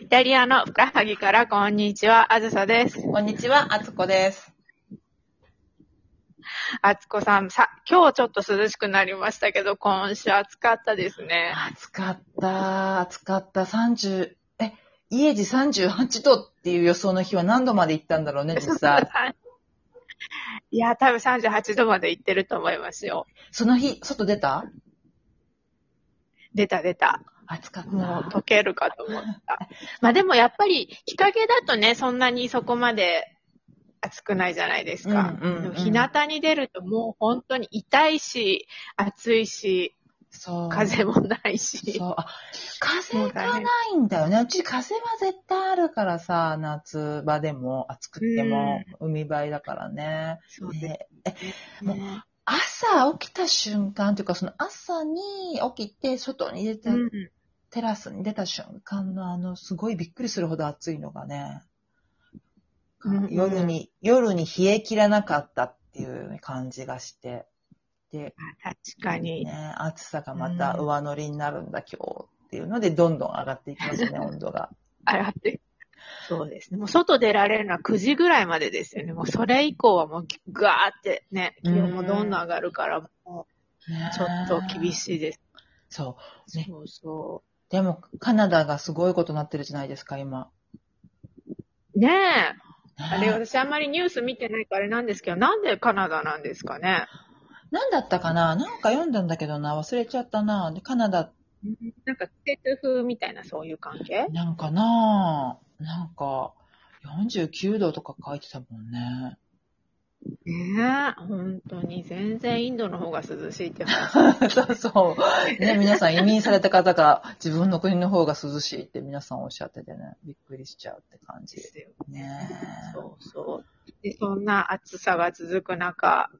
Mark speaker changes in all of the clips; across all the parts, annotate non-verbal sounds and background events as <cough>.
Speaker 1: イタリアのふくらはぎからこんにちは、あずさです。
Speaker 2: こんにちは、あつこです。
Speaker 1: あつこさん、さ、今日ちょっと涼しくなりましたけど、今週暑かったですね。
Speaker 2: 暑かった、暑かった、30、え、家路38度っていう予想の日は何度まで行ったんだろう
Speaker 1: <laughs>
Speaker 2: ね、実際。
Speaker 1: いや、多分38度まで行ってると思いますよ。
Speaker 2: その日、外出た
Speaker 1: 出た出た。
Speaker 2: 暑かっ
Speaker 1: もう
Speaker 2: た。
Speaker 1: 溶けるかと思った。 <laughs> まあでもやっぱり日陰だとね、そんなにそこまで暑くないじゃないですか。
Speaker 2: うんうんうん
Speaker 1: でも日向に出るともう本当に痛いし、暑いし、
Speaker 2: そう。
Speaker 1: 風もないし。
Speaker 2: そう。あ、風がないんだよね。うち風は絶対あるからさ、夏場でも、暑くっても、海辺だからね。
Speaker 1: そう
Speaker 2: ね
Speaker 1: す
Speaker 2: もう朝起きた瞬間というか、その朝に起きて、外に出た
Speaker 1: うん
Speaker 2: テラスに出た瞬間のあの、すごいびっくりするほど暑いのがね、
Speaker 1: うんうん
Speaker 2: 夜に、夜に冷え切らなかったっていう感じがして、で、
Speaker 1: 確かに。
Speaker 2: ね、暑さがまた上乗りになるんだ、今日っていうので、どんどん上がっていき
Speaker 1: <laughs>
Speaker 2: ますね、温度が。
Speaker 1: あれって。そうですね。もう外出られるのは9時ぐらいまでですよね。もうそれ以降はもうぐわーってね、気温もどんどん上がるから、も
Speaker 2: ね
Speaker 1: うちょっと厳しいです。
Speaker 2: そう。ね
Speaker 1: そうそ
Speaker 2: でも、カナダがすごいことになってるじゃないですか、今。
Speaker 1: う。ねえ。
Speaker 2: ね
Speaker 1: あれ、私あんまりニュース見てないからあれなんですけど、なんでカナダなんですかね。
Speaker 2: なんだったかななんか読んだんだけどな、忘れちゃったな。で、カナダ
Speaker 1: なんか季節風みたいなそういう関係
Speaker 2: なんかなぁ、なんか、49度とか書いてたもんね。
Speaker 1: ねえ、本当に全然インドの方が涼しいって話。
Speaker 2: <laughs> そうそう。ね、皆さん移民された方が自分の国の方が涼しいって皆さんおっしゃっててね、びっくりしちゃうって感じ
Speaker 1: で。すよ
Speaker 2: ね
Speaker 1: そうそう。で、そんな暑さが続く中、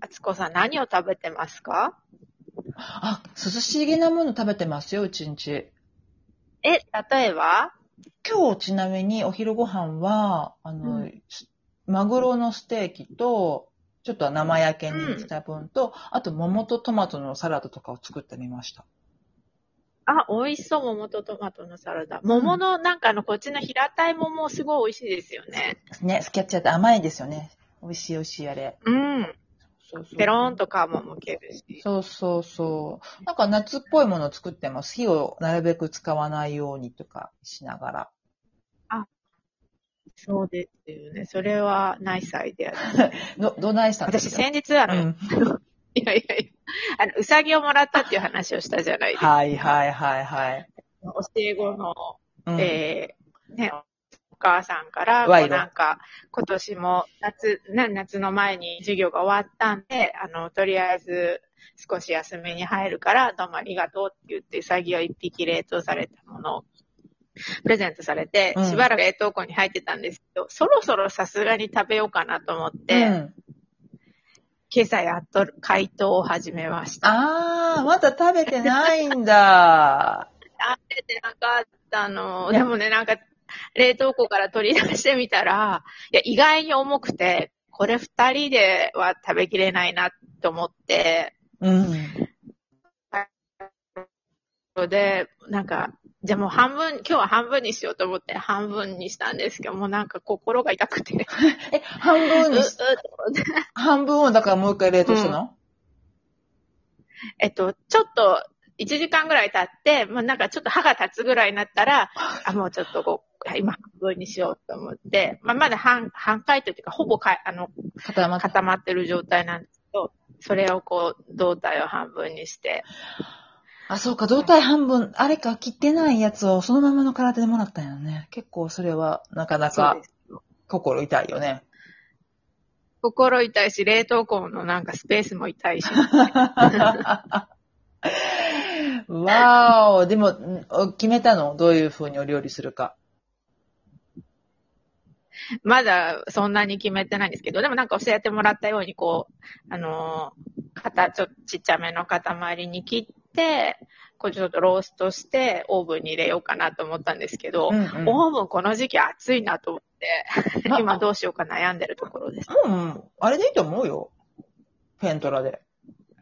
Speaker 1: 敦子さん何を食べてますか
Speaker 2: あ、涼しげなもの食べてますよ、うちんち。
Speaker 1: え、例えば
Speaker 2: 今日ちなみにお昼ご飯は、あの、
Speaker 1: うん
Speaker 2: すマグロのステーキと、ちょっと生焼けにした分と、あと桃とトマトのサラダとかを作ってみました。
Speaker 1: あ、美味しそう、桃とトマトのサラダ。桃の、なんかあの、こっちの平たい桃すごい美味しいですよね。
Speaker 2: ね、スキャッチャーって甘いですよね。美味しい美味しいあれ。
Speaker 1: うん。
Speaker 2: そうそう
Speaker 1: ペローンと皮もむけるし。
Speaker 2: そうそうそう。なんか夏っぽいものを作ってます。火をなるべく使わないようにとかしながら。
Speaker 1: そうですよね。それはナイスアイ <laughs> デアです。
Speaker 2: ど、どないしたんです
Speaker 1: 私、
Speaker 2: か
Speaker 1: 先日、あ
Speaker 2: う
Speaker 1: の、
Speaker 2: ん。
Speaker 1: いやいやいや、あの、うさぎをもらったっていう話をしたじゃないですか。
Speaker 2: はいはいはいはい。
Speaker 1: 教え子の、
Speaker 2: うん
Speaker 1: えーね、お母さんから、こ
Speaker 2: ワイ
Speaker 1: う
Speaker 2: ド
Speaker 1: なんか、今年も夏、ね、夏の前に授業が終わったんで、あの、とりあえず、少し休みに入るから、どうもありがとうって言って、うさぎを一匹冷凍されたものを、プレゼントされて
Speaker 2: うん、
Speaker 1: しばらく冷凍庫に入ってたんですけど、そろそろさすがに食べようかなと思って、
Speaker 2: うん、
Speaker 1: 今朝やっと解凍を始めました。
Speaker 2: あー、まだ食べてないんだ。
Speaker 1: 食べてなかったの。でもね、なんか、冷凍庫から取り出してみたら、いや、意外に重くて、これ二人では食べきれないなと思って、
Speaker 2: うん。
Speaker 1: それで、なんか、じゃあもう半分、今日は半分にしようと思って半分にしたんですけど、もうなんか心が痛くて、
Speaker 2: え、半分
Speaker 1: う、う
Speaker 2: に
Speaker 1: っ
Speaker 2: し、
Speaker 1: と
Speaker 2: 半分をだからもう一回冷凍したの、
Speaker 1: えっと、ちょっと、1時間ぐらい経って、もうなんかちょっと歯が立つぐらいになったら、あ、もうちょっとこう、今半分にしようと思って、まあ、まだ半、半解凍っていうか、ほぼか、あの、
Speaker 2: 固まった。
Speaker 1: 固まってる状態なんですけど、それをこう、胴体を半分にして、
Speaker 2: あ、そうか、胴体半分、あれか、切ってないやつをそのままの空手でもらったんやね。結構それはなかな
Speaker 1: そ
Speaker 2: か
Speaker 1: うです。
Speaker 2: 心痛いよね。
Speaker 1: 心痛いし、冷凍庫のなんかスペースも痛いし、 <laughs>
Speaker 2: わーお、でも、んお決めたのどういう風にお料理するか。
Speaker 1: まだそんなに決めてないんですけど、でもなんか教えてもらったように、こう、あのー、型、ちょっとちっちゃめの塊に切って、こうちょっとローストして、オーブンに入れようかなと思ったんですけど、
Speaker 2: うんうん
Speaker 1: オーブンこの時期暑いなと思って、
Speaker 2: あ
Speaker 1: 今どうしようか悩んでるところです。
Speaker 2: うん、あれでいいと思うよ。ペントラで。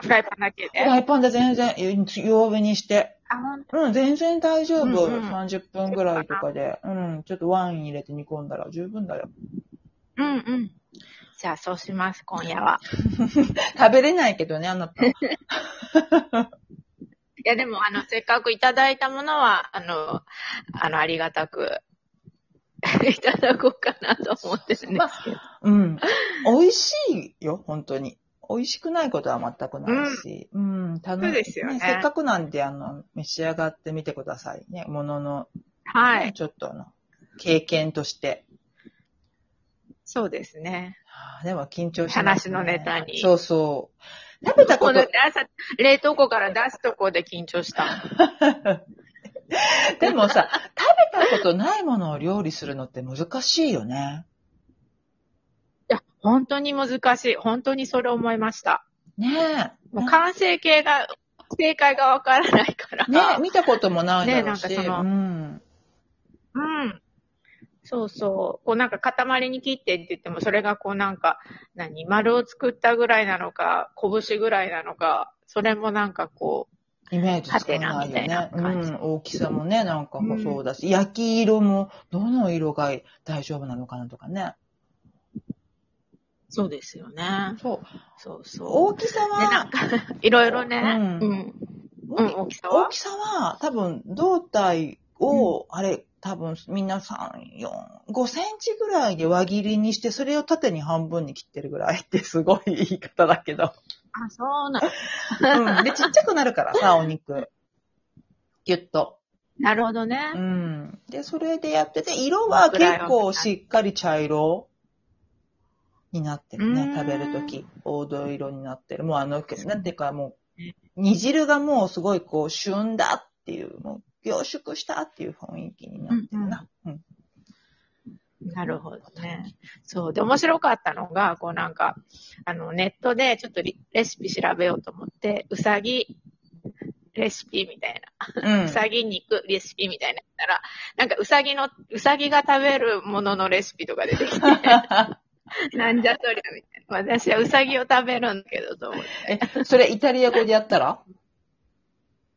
Speaker 1: フライパンだけ
Speaker 2: フ
Speaker 1: で。
Speaker 2: ライパンで全然よ弱火にして。
Speaker 1: あ、ほんと
Speaker 2: うん、全然大丈夫。
Speaker 1: うんうん
Speaker 2: 30分ぐらいとかで。うん、ちょっとワイン入れて煮込んだら十分だよ。
Speaker 1: うんうん。じゃあ、そうします、今夜は。
Speaker 2: 食べれないけどね、あなた。
Speaker 1: いや、でも、あの、せっかくいただいたものは、あの、あの、ありがたく、 <laughs> いただこうかなと思ってるんで
Speaker 2: ます
Speaker 1: けど。
Speaker 2: うん。美味しいよ、本当に。美味しくないことは全くないし。うん、楽
Speaker 1: そうですよね
Speaker 2: せっかくなんで、あの、召し上がってみてくださいね。ものの、
Speaker 1: は
Speaker 2: ね
Speaker 1: い。
Speaker 2: ちょっとあの、経験として。
Speaker 1: そうですね。
Speaker 2: あーでも緊張します
Speaker 1: 話のネタに
Speaker 2: そうそう。食べた
Speaker 1: こ
Speaker 2: こ
Speaker 1: の
Speaker 2: と
Speaker 1: 朝、冷凍庫から出すとこで緊張した。
Speaker 2: でもさ、食べたことないものを料理するのって難しいよね。
Speaker 1: いや、本当に難しい。本当にそれ思いました。
Speaker 2: ねえ。
Speaker 1: もう完成形が、正解がわからないから。
Speaker 2: ねえ、見たこともないだろうし。
Speaker 1: ねえなんかその
Speaker 2: うん。
Speaker 1: うん。そうそう。こうなんか塊に切ってって言っても、それがこうなんか、何、丸を作ったぐらいなのか、拳ぐらいなのか、それもなんかこ
Speaker 2: イメージつかないよ
Speaker 1: ハテナ
Speaker 2: ね。
Speaker 1: み
Speaker 2: う
Speaker 1: たいな感じ
Speaker 2: ん。大きさもね、なんか細うだし、焼き色もどの色が大丈夫なのかなとかね。
Speaker 1: う、そうですよね。
Speaker 2: そう。
Speaker 1: そう
Speaker 2: 大
Speaker 1: そう。
Speaker 2: きさ
Speaker 1: で、なん
Speaker 2: は、
Speaker 1: <laughs> か、いろいろね、
Speaker 2: う
Speaker 1: う
Speaker 2: ん
Speaker 1: ん。うん、
Speaker 2: 大
Speaker 1: 大きさは
Speaker 2: きさは多分胴体を、あれ、多分みんな3、4、5センチぐらいで輪切りにして、それを縦に半分に切ってるぐらいってすごい言い方だけど。
Speaker 1: あ、そうな、
Speaker 2: うん。で、ちっちゃくなるからさ、お <laughs> 肉。ぎゅっと。
Speaker 1: なるほどね。
Speaker 2: うん。で、それでやってて、色は結構しっかり茶色になってる
Speaker 1: う
Speaker 2: ね
Speaker 1: ん。
Speaker 2: 食べるとき。黄土色になってる。もうあの、なんていうかもう
Speaker 1: うん、
Speaker 2: 煮汁がもうすごいこう、旬だっていう、もう凝縮したっていう雰囲気になってるな。うん。
Speaker 1: なるほどね。そう。で、面白かったのが、こうなんか、あの、ネットでちょっとリレシピ調べようと思って、うさぎレシピみたいな。
Speaker 2: うん。
Speaker 1: うさぎ肉レシピみたいなやったら、なんかうさぎの、うさぎが食べるもののレシピとか出て <laughs> きて、なんじゃそりゃみたいな。私はうさぎを食べるんだけどと思って。
Speaker 2: え、それイタリア語でやっ
Speaker 1: <laughs>
Speaker 2: たら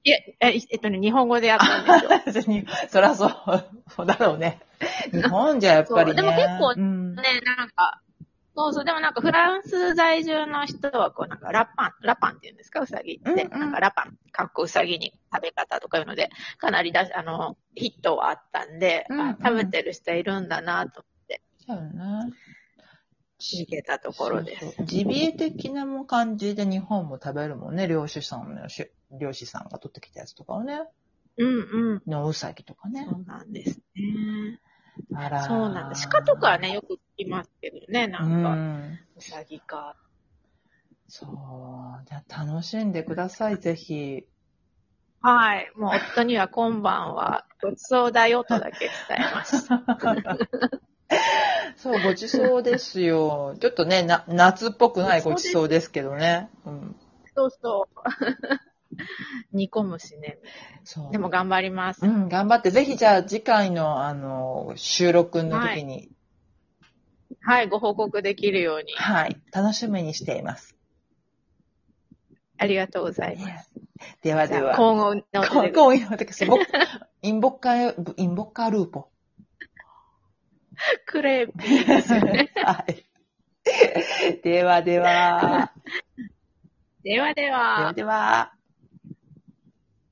Speaker 1: いや、ええっとね、日本語でやったんですよ。
Speaker 2: 別にそらそう、そうだろうね。日本じゃやっぱりね。
Speaker 1: そうでも結構
Speaker 2: う
Speaker 1: <laughs>
Speaker 2: ん
Speaker 1: ね、なんか、そうそう、でもなんかフランス在住の人は、こうなんかラパン、ラパンって言うんですか、うさぎって。
Speaker 2: うんうん
Speaker 1: なんかラパン、かっこうさぎに食べ方とかいうので、かなりだし、あの、ヒットはあったんで、
Speaker 2: うんうん
Speaker 1: あ食べてる人いるんだなと、
Speaker 2: そうよね。
Speaker 1: 見けたところです。
Speaker 2: そうそうジビエ的なも感じで日本も食べるもんね。漁師さんのし、漁師さんが取ってきたやつとかをね。
Speaker 1: うんうん。
Speaker 2: のうさぎとかね
Speaker 1: そ。うなんですね。
Speaker 2: あら。
Speaker 1: そうなんだ。鹿とかはね、よく聞きますけどね、な
Speaker 2: うん
Speaker 1: か、
Speaker 2: ん。
Speaker 1: うさぎか。
Speaker 2: そう。じゃあ楽しんでください、ぜひ。
Speaker 1: はい。もう夫には今晩はごちそうだよとだけ伝えま
Speaker 2: <laughs>
Speaker 1: した。
Speaker 2: そう、ごちそうですよ。 <laughs> ちょっとね、な、夏っぽくないごちそうですけどね。うん。
Speaker 1: そうそう。 <laughs> 煮込むしね。
Speaker 2: そう。
Speaker 1: でも頑張ります
Speaker 2: う。ん、頑張って。ぜひじゃあ次回の、あの、収録の時に、
Speaker 1: はい。ご報告できるように。
Speaker 2: はい、楽しみにしています。
Speaker 1: ありがとうございます。
Speaker 2: ではでは。
Speaker 1: 今後のお手
Speaker 2: 今
Speaker 1: 紙
Speaker 2: 今夜私、僕、インボッカー、インボッカールーポ。
Speaker 1: クレープ。
Speaker 2: はい。ではでは。 <laughs>
Speaker 1: ではで
Speaker 2: で
Speaker 1: は
Speaker 2: は。では。